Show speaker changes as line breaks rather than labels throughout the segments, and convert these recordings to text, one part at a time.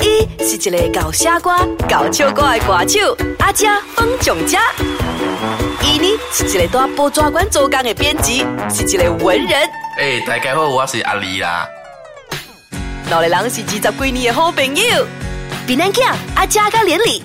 伊是一个搞写歌、搞笑歌的歌手，阿姐方强家。伊呢是一个在报纸馆做工的编辑，是一个文人。
诶、大家好，我是阿丽啦。
两个人是二十几年的好朋友。比咱囝阿姐甲连理，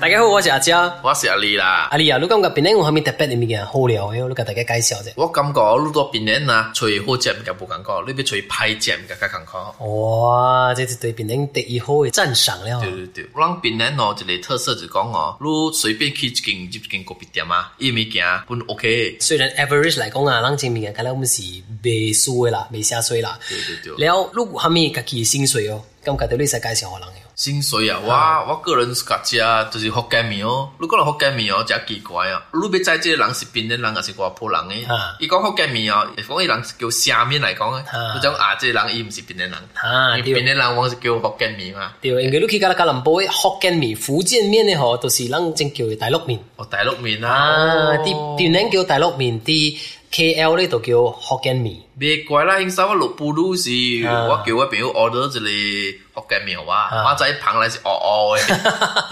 大家好，我是阿佳。
我是阿丽啦。
阿丽啊，你感觉平安有啥物特别的物件好聊的？你甲大家介绍者。
我感觉我愈到槟榔啊，吹好食物件无艰苦，你要吹歹食物件较艰苦。
哇，这是对平安第一好的赞赏了。
对对对，我人槟榔哦，一个特色就是讲哦，你随便去一间入一间咖啡店啊，伊物件本 OK 的。
虽然 average 来讲啊，咱这物件看来我们是未输的啦，未下水啦。
对对对，
了，你有啥物家己的薪水哦？感觉到你使介绍给人的哦。
薪水啊，我我个人家食就是福建面哦。你讲到福建面哦，真奇怪哦。你要知即个人是槟榔人还是外婆人诶
啊？
伊讲福建面哦，讲伊人是叫虾面来讲诶，
啊
你讲啊，即个人伊毋是槟榔人，
啊，
因为
对
槟。榔人往是叫福建面嘛。
对，因为你去到咱吉林波的福建面、福建面的吼，都是咱正叫的大陆面。
哦，大陆面啊，
啊，啲平安叫大陸面，啲 KL 呢度叫福建面。
别怪啦，因啥我落布鲁是，
啊
我叫我朋友 order 一个福建面哇，
啊
我在旁来是黑 黑的，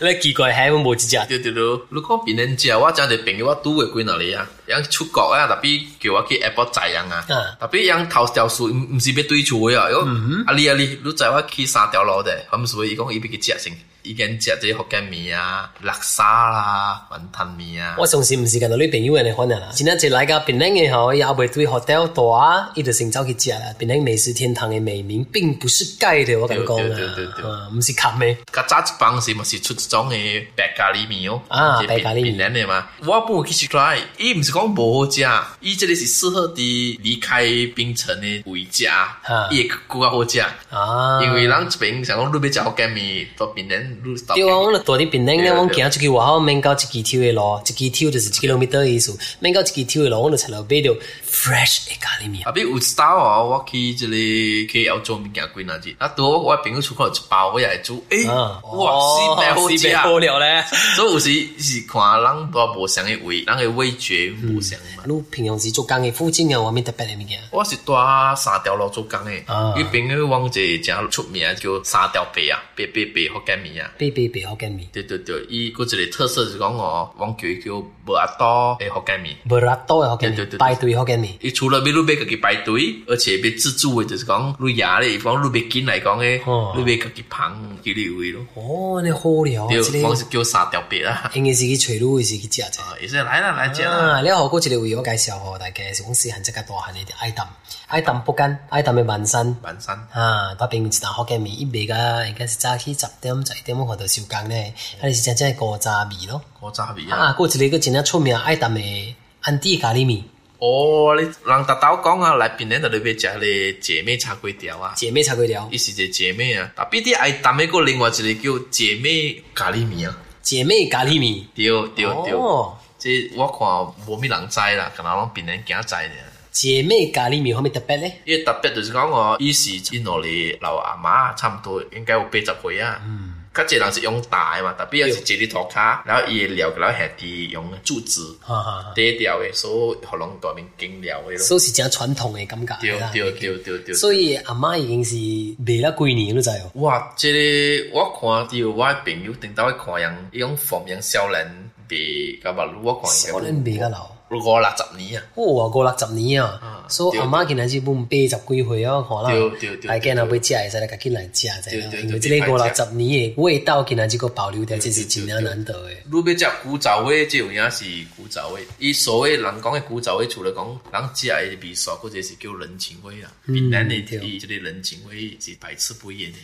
你奇怪係冇只只。
对对对。如果别人食，我真侪朋友我拄会几哪里啊，人出国啊，特别叫我去 Apple 载人啊
啊，
特别人头条数毋是要对厝的啊，哟啊你啊你，你载我去三条路的，咁所以伊讲伊要去食先，已经食这福建面啊、叻沙啦、雲吞面啊。
我上次唔是見到你朋友人嚟可能啦，前一次嚟到平安嘅吼，也未對 hotel 啊大，一直成走去食啦。平安美食天堂嘅美名並不是蓋的，我敢講
對對對對對
啊，啊唔是冚嘅。
较早一帮时嘛是出一种诶白咖喱面哦，
啊
就是
白咖喱面
闽南的嘛。我不会去 try，伊毋是讲无好食，伊这里是适合伫离开冰城的回家
啊，
伊会更较好食。
啊，
因为咱这边想讲，你要食福建面，到闽南你到
对啊，我哋住啲平安咧，
對
我
對
行出去外口，免到一支條嘅路，一支條就是一 kilometer 嘅意思，免到一支條嘅路，我就尋到買到 fresh 嘅咖喱面。
啊，比有一道哦，我去这里 KL 做物件几那日，啊，拄好我朋友出去有一包，我也会煮，诶，
啊，
哇，
哦
是白
四百
好
好啊
食。啊
料咧。
所以有时是看人都无相的味，人的味觉无相嘛。
你平常时做工嘅附近有咩特别嘅物件？
我是带三条路做工的，
啊
迄边个往一个正出名叫三条白啊，白白白福建面啊。
比比比福建面，
对对对，伊嗰一个特色是讲哦，往叫伊叫无阿多诶福建面。
布拉多嘅福建
對對
面，
對
排队福建面。
伊除了要你要家己排队，而且要自助诶，就是讲你牙咧，伊讲你要紧来讲诶，
哦
你要家己捧去你位咯。
哦，你好料啊！
对，
即
我
个
是叫三条白啊 啦。
应该是去找路，是去食者。
啊，伊说来啦来食啦。
啊，你好，嗰一个位我介紹哦，大家是講細漢即刻大漢嘅愛氹，愛氹不間，愛氹嘅萬身。
晚餐
啊，嗰邊有一檔福建面，伊賣噶，而家是早起十點、十一點我度收工咧，啊，你是真正係古早味咯。
古早味啊。
啊，嗰一個個真正出名愛氹嘅安迪咖喱面，
哦，你人达到讲啊，来平咧就你要食咧姐妹炒粿条啊。
姐妹炒粿條，
伊是一个姐妹啊，特别啲爱搭美个另外一个叫姐妹咖喱面啊，
姐妹咖喱面。
对对对，
哦
即我看无咩人知啦，可能拢别人惊知咧。
姐妹咖喱面有咩特别咧？
伊特别就是讲哦，伊是因落嚟老阿妈差唔多应该有八十岁啊。嗯，较侪人是用大的嘛，特别是坐伫涂骹，然后伊会聊个了下啲用柱子
哈哈哈，
低调的，所以互人大面经聊的咯。
所以是真传统嘅感
对
覺啦。
对对对对。
所以阿媽已經是賣咗幾年都知哦。
哇！即、个我看到我的朋友顶头去看人，伊讲放人少人卖甲物，我看
少年賣甲老，
如果六十年啊，
哇，五六十年啊
啊！
所以
對
阿媽今仔日本八十幾歲啊，可
對對
能
對
大家若要食，會使嚟家己來食者
對對
啦。
對
因為即個五
對
六
對
十年嘅味道，今仔日個保留掉，這是真正難得嘅。
你要食古早味，即有影是古早味。伊所谓人讲的古早味，除了讲人食的味素，或者是叫人情味啦。闽南的
嗯对
伊即个人情味是百吃不厌的。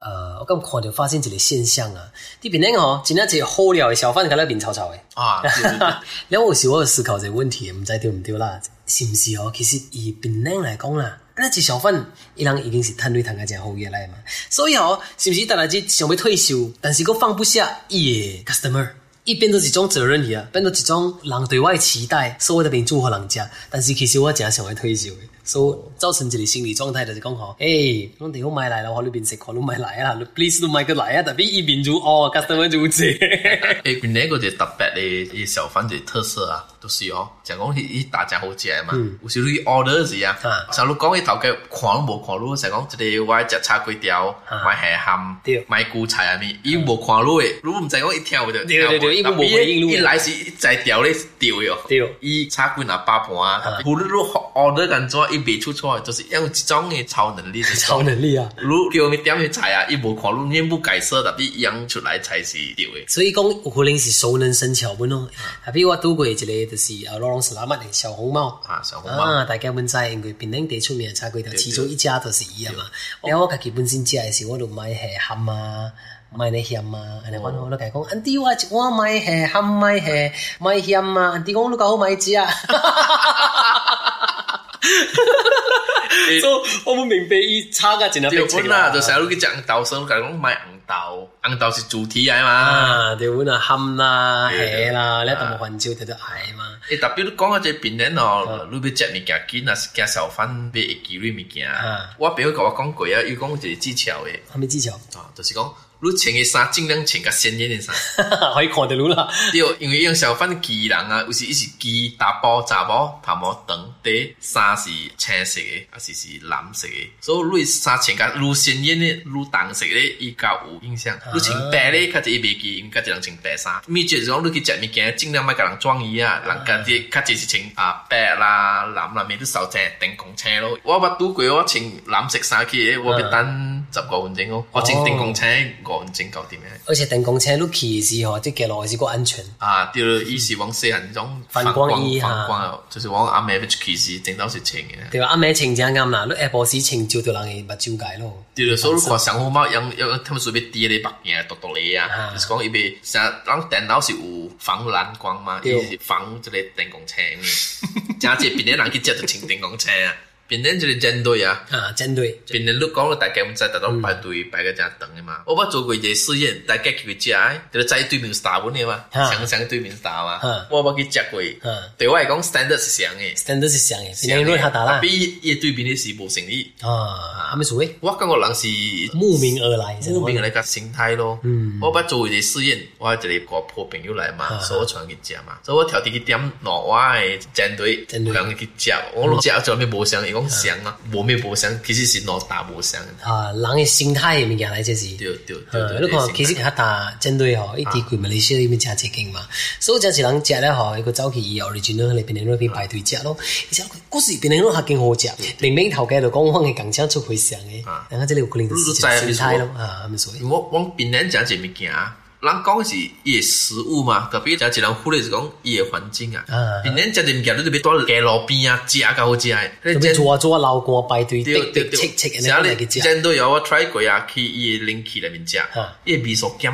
呃，我咁看到發生一個現象啊，啲邊呢吼，今仔日好料嘅小販，佢咧面臭臭嘅。
啊，对对对
然后有时我有思考一个问题，唔知对唔对啦，是唔是哦？其实以槟榔来讲啦，那只小贩伊人已经是趁对趁个真好嘢来嘛，所以哦，是唔是大家只想要退休，但是佫放不下伊的 customer。伊变做一种责任去啊，变做一种人对我的期待，所以我就变做给人家。但是其实我真想要退休的，所以造成一個心理狀態就是講吼，誒，我哋好買嚟啦，我呢邊食我都買嚟啦，你 please 都買個嚟啊，特別依邊就哦，customer 就謝。
诶，原来嗰只特別嘅嘅小販嘅特色啊，就是哦，就講佢佢大隻好食嘛，有時你 order 時啊
嗯啊，
就你講佢頭嘅看都冇看到，就講即係我只叉粿條，
啊嗯
買蟹餡
對，
買菇菜啊咪，伊冇看到嘅，如果唔就講一聽我就
對對對它冇回應你
一來時一再掉咧掉咗，
對
伊叉粿拿八盤啊
啊，
無論你 order 緊做，伊未出錯，就是因為這種嘅超能力，
超能力啊！
如叫你點去踩啊，伊冇看到面部解釋，但係養出來才是對嘅。
所以講有可能是熟能生巧本咯。啊，比如我拄過一個就是啊，羅朗斯拉麥嘅小紅帽。
啊，小紅帽。
啊！大家本知，因為檳榔地出名，差幾條，
對
始終一家都是伊啊嘛。然後我家己本身食嘅時候，我就買蟹餡啊，買啲薑
哦
啊，安尼講，我都講，安啲我一碗買蟹餡，買蟹買薑啊，安啲講你夠好買只 啊。 所以我唔明白伊差價真係
对
逼
本
錢
啦，就成日都叫紅豆生，佢講買紅豆，紅豆是主題嚟嘛。
啊，對碗啊，蚶啦，
對對
蟹啦，你一啖雲椒睇到蟹嘛。
你特別你講嗰只邊人
啊
哦，你要食物件，見啊食小販俾一幾類物件
啊。
我朋友甲我講過啊，要講一個技巧嘅，
係咪技巧？
啊，就是講你穿嘅衫盡量穿較鮮豔嘅衫。
可以看到啦。
對，因為用小販機人啊，有時伊是機大包、查包、頭毛長短，衫是青色嘅，啊是是藍色嘅，所以你衫穿甲愈鮮豔咧，愈淡色咧，伊較有印象。你穿白咧，較一袂記，因為較一人穿白衫。秘訣是講你去食物件，盡量莫甲人裝伊啊，人家啲較濟是穿啊白啦、藍啦，咪都少青定公青咯。我捌拄過我穿藍色衫去，我要等十五分鐘咯，我穿定公青五分鐘搞掂嘅。
而且電公車都騎士吼，即係落去是個安全。
啊，掉了一是往西行中
反光衣
反
啊
光哦，就是往阿妹要去是正到是晴嘅。
對吧？阿妹情正啱啦，你下晡時情照到人嘅目睭界咯。
掉了，所以話上好貓養養他們隨便跌你白嘢，毒毒你啊，
啊
就是講伊邊成日人電腦是有防藍光嘛，
對
伊是防即個電 光車嘅。假設邊啲人去接就穿電光車啊，邊啲就是針對啊。
啊，針對
邊人都講了，大家唔知大家排隊排個正長嘅嘛。我捌做過一個試驗，大家去食，就在對面 star 本嘅嘛，
啊
上上對面 star 嘛
啊，
我捌去食過
啊。
對我嚟講，standard 是上嘅。
standard 是上嘅，啊變成論下打啦
特。別伊對面的是無誠意，
啊，阿咩所謂
我感覺人是
慕名而來，
污名嚟個心態咯。我捌做一個試驗，我有一個國破朋友來嘛，
啊
所以我傳佢食嘛，所以我頭啲去點挪我嘅戰隊，
戰隊
強去食，我攞食做咩無相，伊講相啊，無咩無相，其實是挪打無相。
啊，人嘅心態嘅物件嚟，即是。
對對對
啊
對，
你
對
看，其實下打針對
啊
吼，一啲佢咪你先裏面食食勁嘛，所以真是人食咧哦吼，佢個走去以後你轉到嚟變成去排隊食咯，而且佢嗰時變成攞下勁好食，明明頭家就講我嘅更加出去上嘅
啊，
人家即係有可能就
你都
是
知啊嗯
心態咯，啊，咁所以。
我往邊人食一物件，人講是伊的食物嘛，特別食一人忽略是講伊的環境啊
啊。
邊人食一物件，你就別蹛街路邊啊，食較好食的。你
咁
真
樣做啊做啊，流過排隊，滴
對對
滴
對，
切切咁
像
樣
啊你
嚟嘅啫，
真都有我 try 過啊，去伊個冷氣裏面食
啊，
伊個味素咸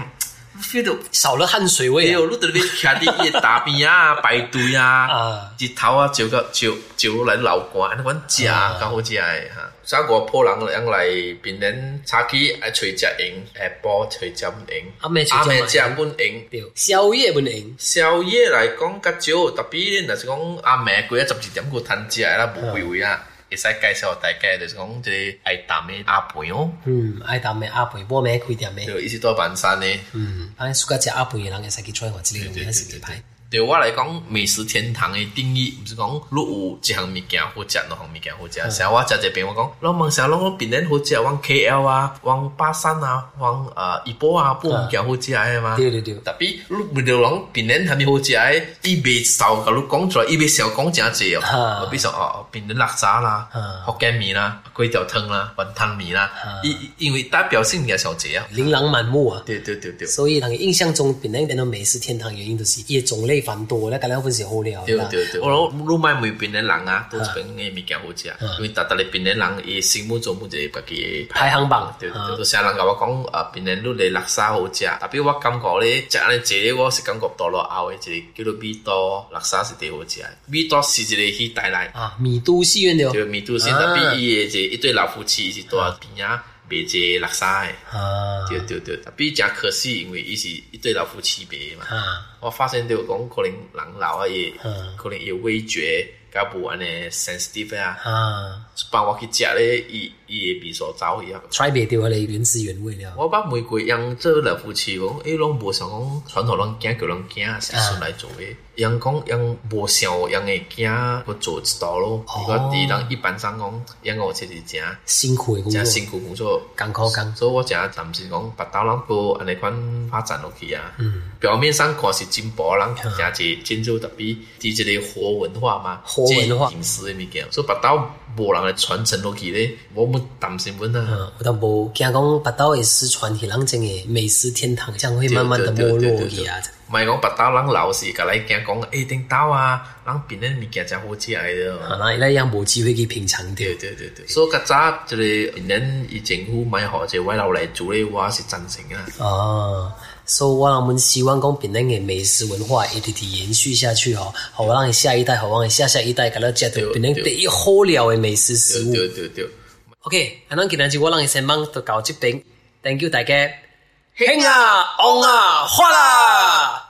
，feel 到。
少了汗水
哎
味啊
呦，你特別徛啲伊個大邊 啊，排隊啊
啊，
日頭啊照個照照嚟流汗，安尼款食
啊
較好食誒嚇。所以我破人人嚟變人差起啊，隨食用，下晡隨食唔用，
啊咩隨食
啊咩
唔
食
用
唔用。
對宵夜本營
宵夜嚟講較少，特別若是講阿妹啊過一十二點過趁食啦，無鬼位
啊
啦。會使介紹大家，就是講一個愛談的阿肥哦，
嗯，愛啖咩阿培波咩開店咩，
就伊是多半山的。
嗯，反正暑假食阿培嘅人嘅世界出我之類嘅嘢是幾排，
對我嚟講，美食天堂的定義毋是講你有一項物件好食，兩項物件好食。成日我食一遍，我講，我問成日我邊人好食，往 KL 啊，往巴山啊，往呃怡保啊，不物件好食的嘛。
對對對，
特別你唔到人邊人係咪好食嘅？伊未受甲你講出來，伊未受講真濟
啊
哦。比如說哦，邊人辣炸啦
啊、
福建面啦、粿條湯啦、雲吞麵啦，因因為代表性嘅上濟啊。
琳琅滿目啊。
對對對對。
所以人嘅印象中，本營等到美食天堂原因就是伊嘅種類繁多咧，咁兩份是好料
對
啦。
對對，我諗老買每邊嘅人啊，都是邊嘅物件好食，
啊
因為達達嚟邊嘅人，伊心目中冇就係自己
排行榜
對對
啊
對，都成日人甲我講，啊邊嘅都嚟叻沙好食，特別我感覺咧，食安尼食咧，我是感覺多落後嘅，啊一個叫做米多叻沙是最好食，米多是一個去帶來，
啊，米都戲院了
就米都是
啊
特別伊嘅一對老夫妻是住喺邊啊賣這叻沙嘅，
啊
對對對，特別真可惜，因為伊是一對老夫妻賣嘅嘛。
啊
我發現到講可能人老啊，伊
嗯
可能伊有味覺，较无安尼 sensitive 啊，
啊，
帮我去食咧，伊伊诶味素走去啊。
try 袂到迄个原汁原味了。
我把玫瑰用做来夫妻讲，伊拢无想讲传统人惊叫人惊是顺来做诶。人讲人无想人会惊，佮做一道咯。
哦
如果伫人一般上讲，人我这是真
辛苦的工作
真，辛苦工作。
艰苦工作。
所以我真担心讲，别岛人无安尼款发展落去啊。
嗯，
表面上看是进步的人，
嗯
真济建筑特别伫一个活文化嘛，
活文化
这是饮食的物件，所以别岛无人来传承落去咧，我们担心阮啊。
嗯，有淡薄惊讲北岛会失传，是咱整个美食天堂将会慢慢的没落去啊。
唔系讲别岛人老是甲你惊讲，诶、顶岛啊，人边咧物件真好食的
啊，
哦。
那伊拉样无机会去品尝到。
对对对对，所以较早即个闽南伊政府买好者外劳来做咧，我是赞成啊。
哦，所以我们希望讲闽南的美食文化会直直延续下去哦，好让的下一代，好让的下下一代，给咱吃到
对
闽南
对
第一好料的美食食
对
物。
对对对，
OK，啊，咱今日就我让的先忙就到这边，Thank you 大家，兴啊，旺啊，发啦！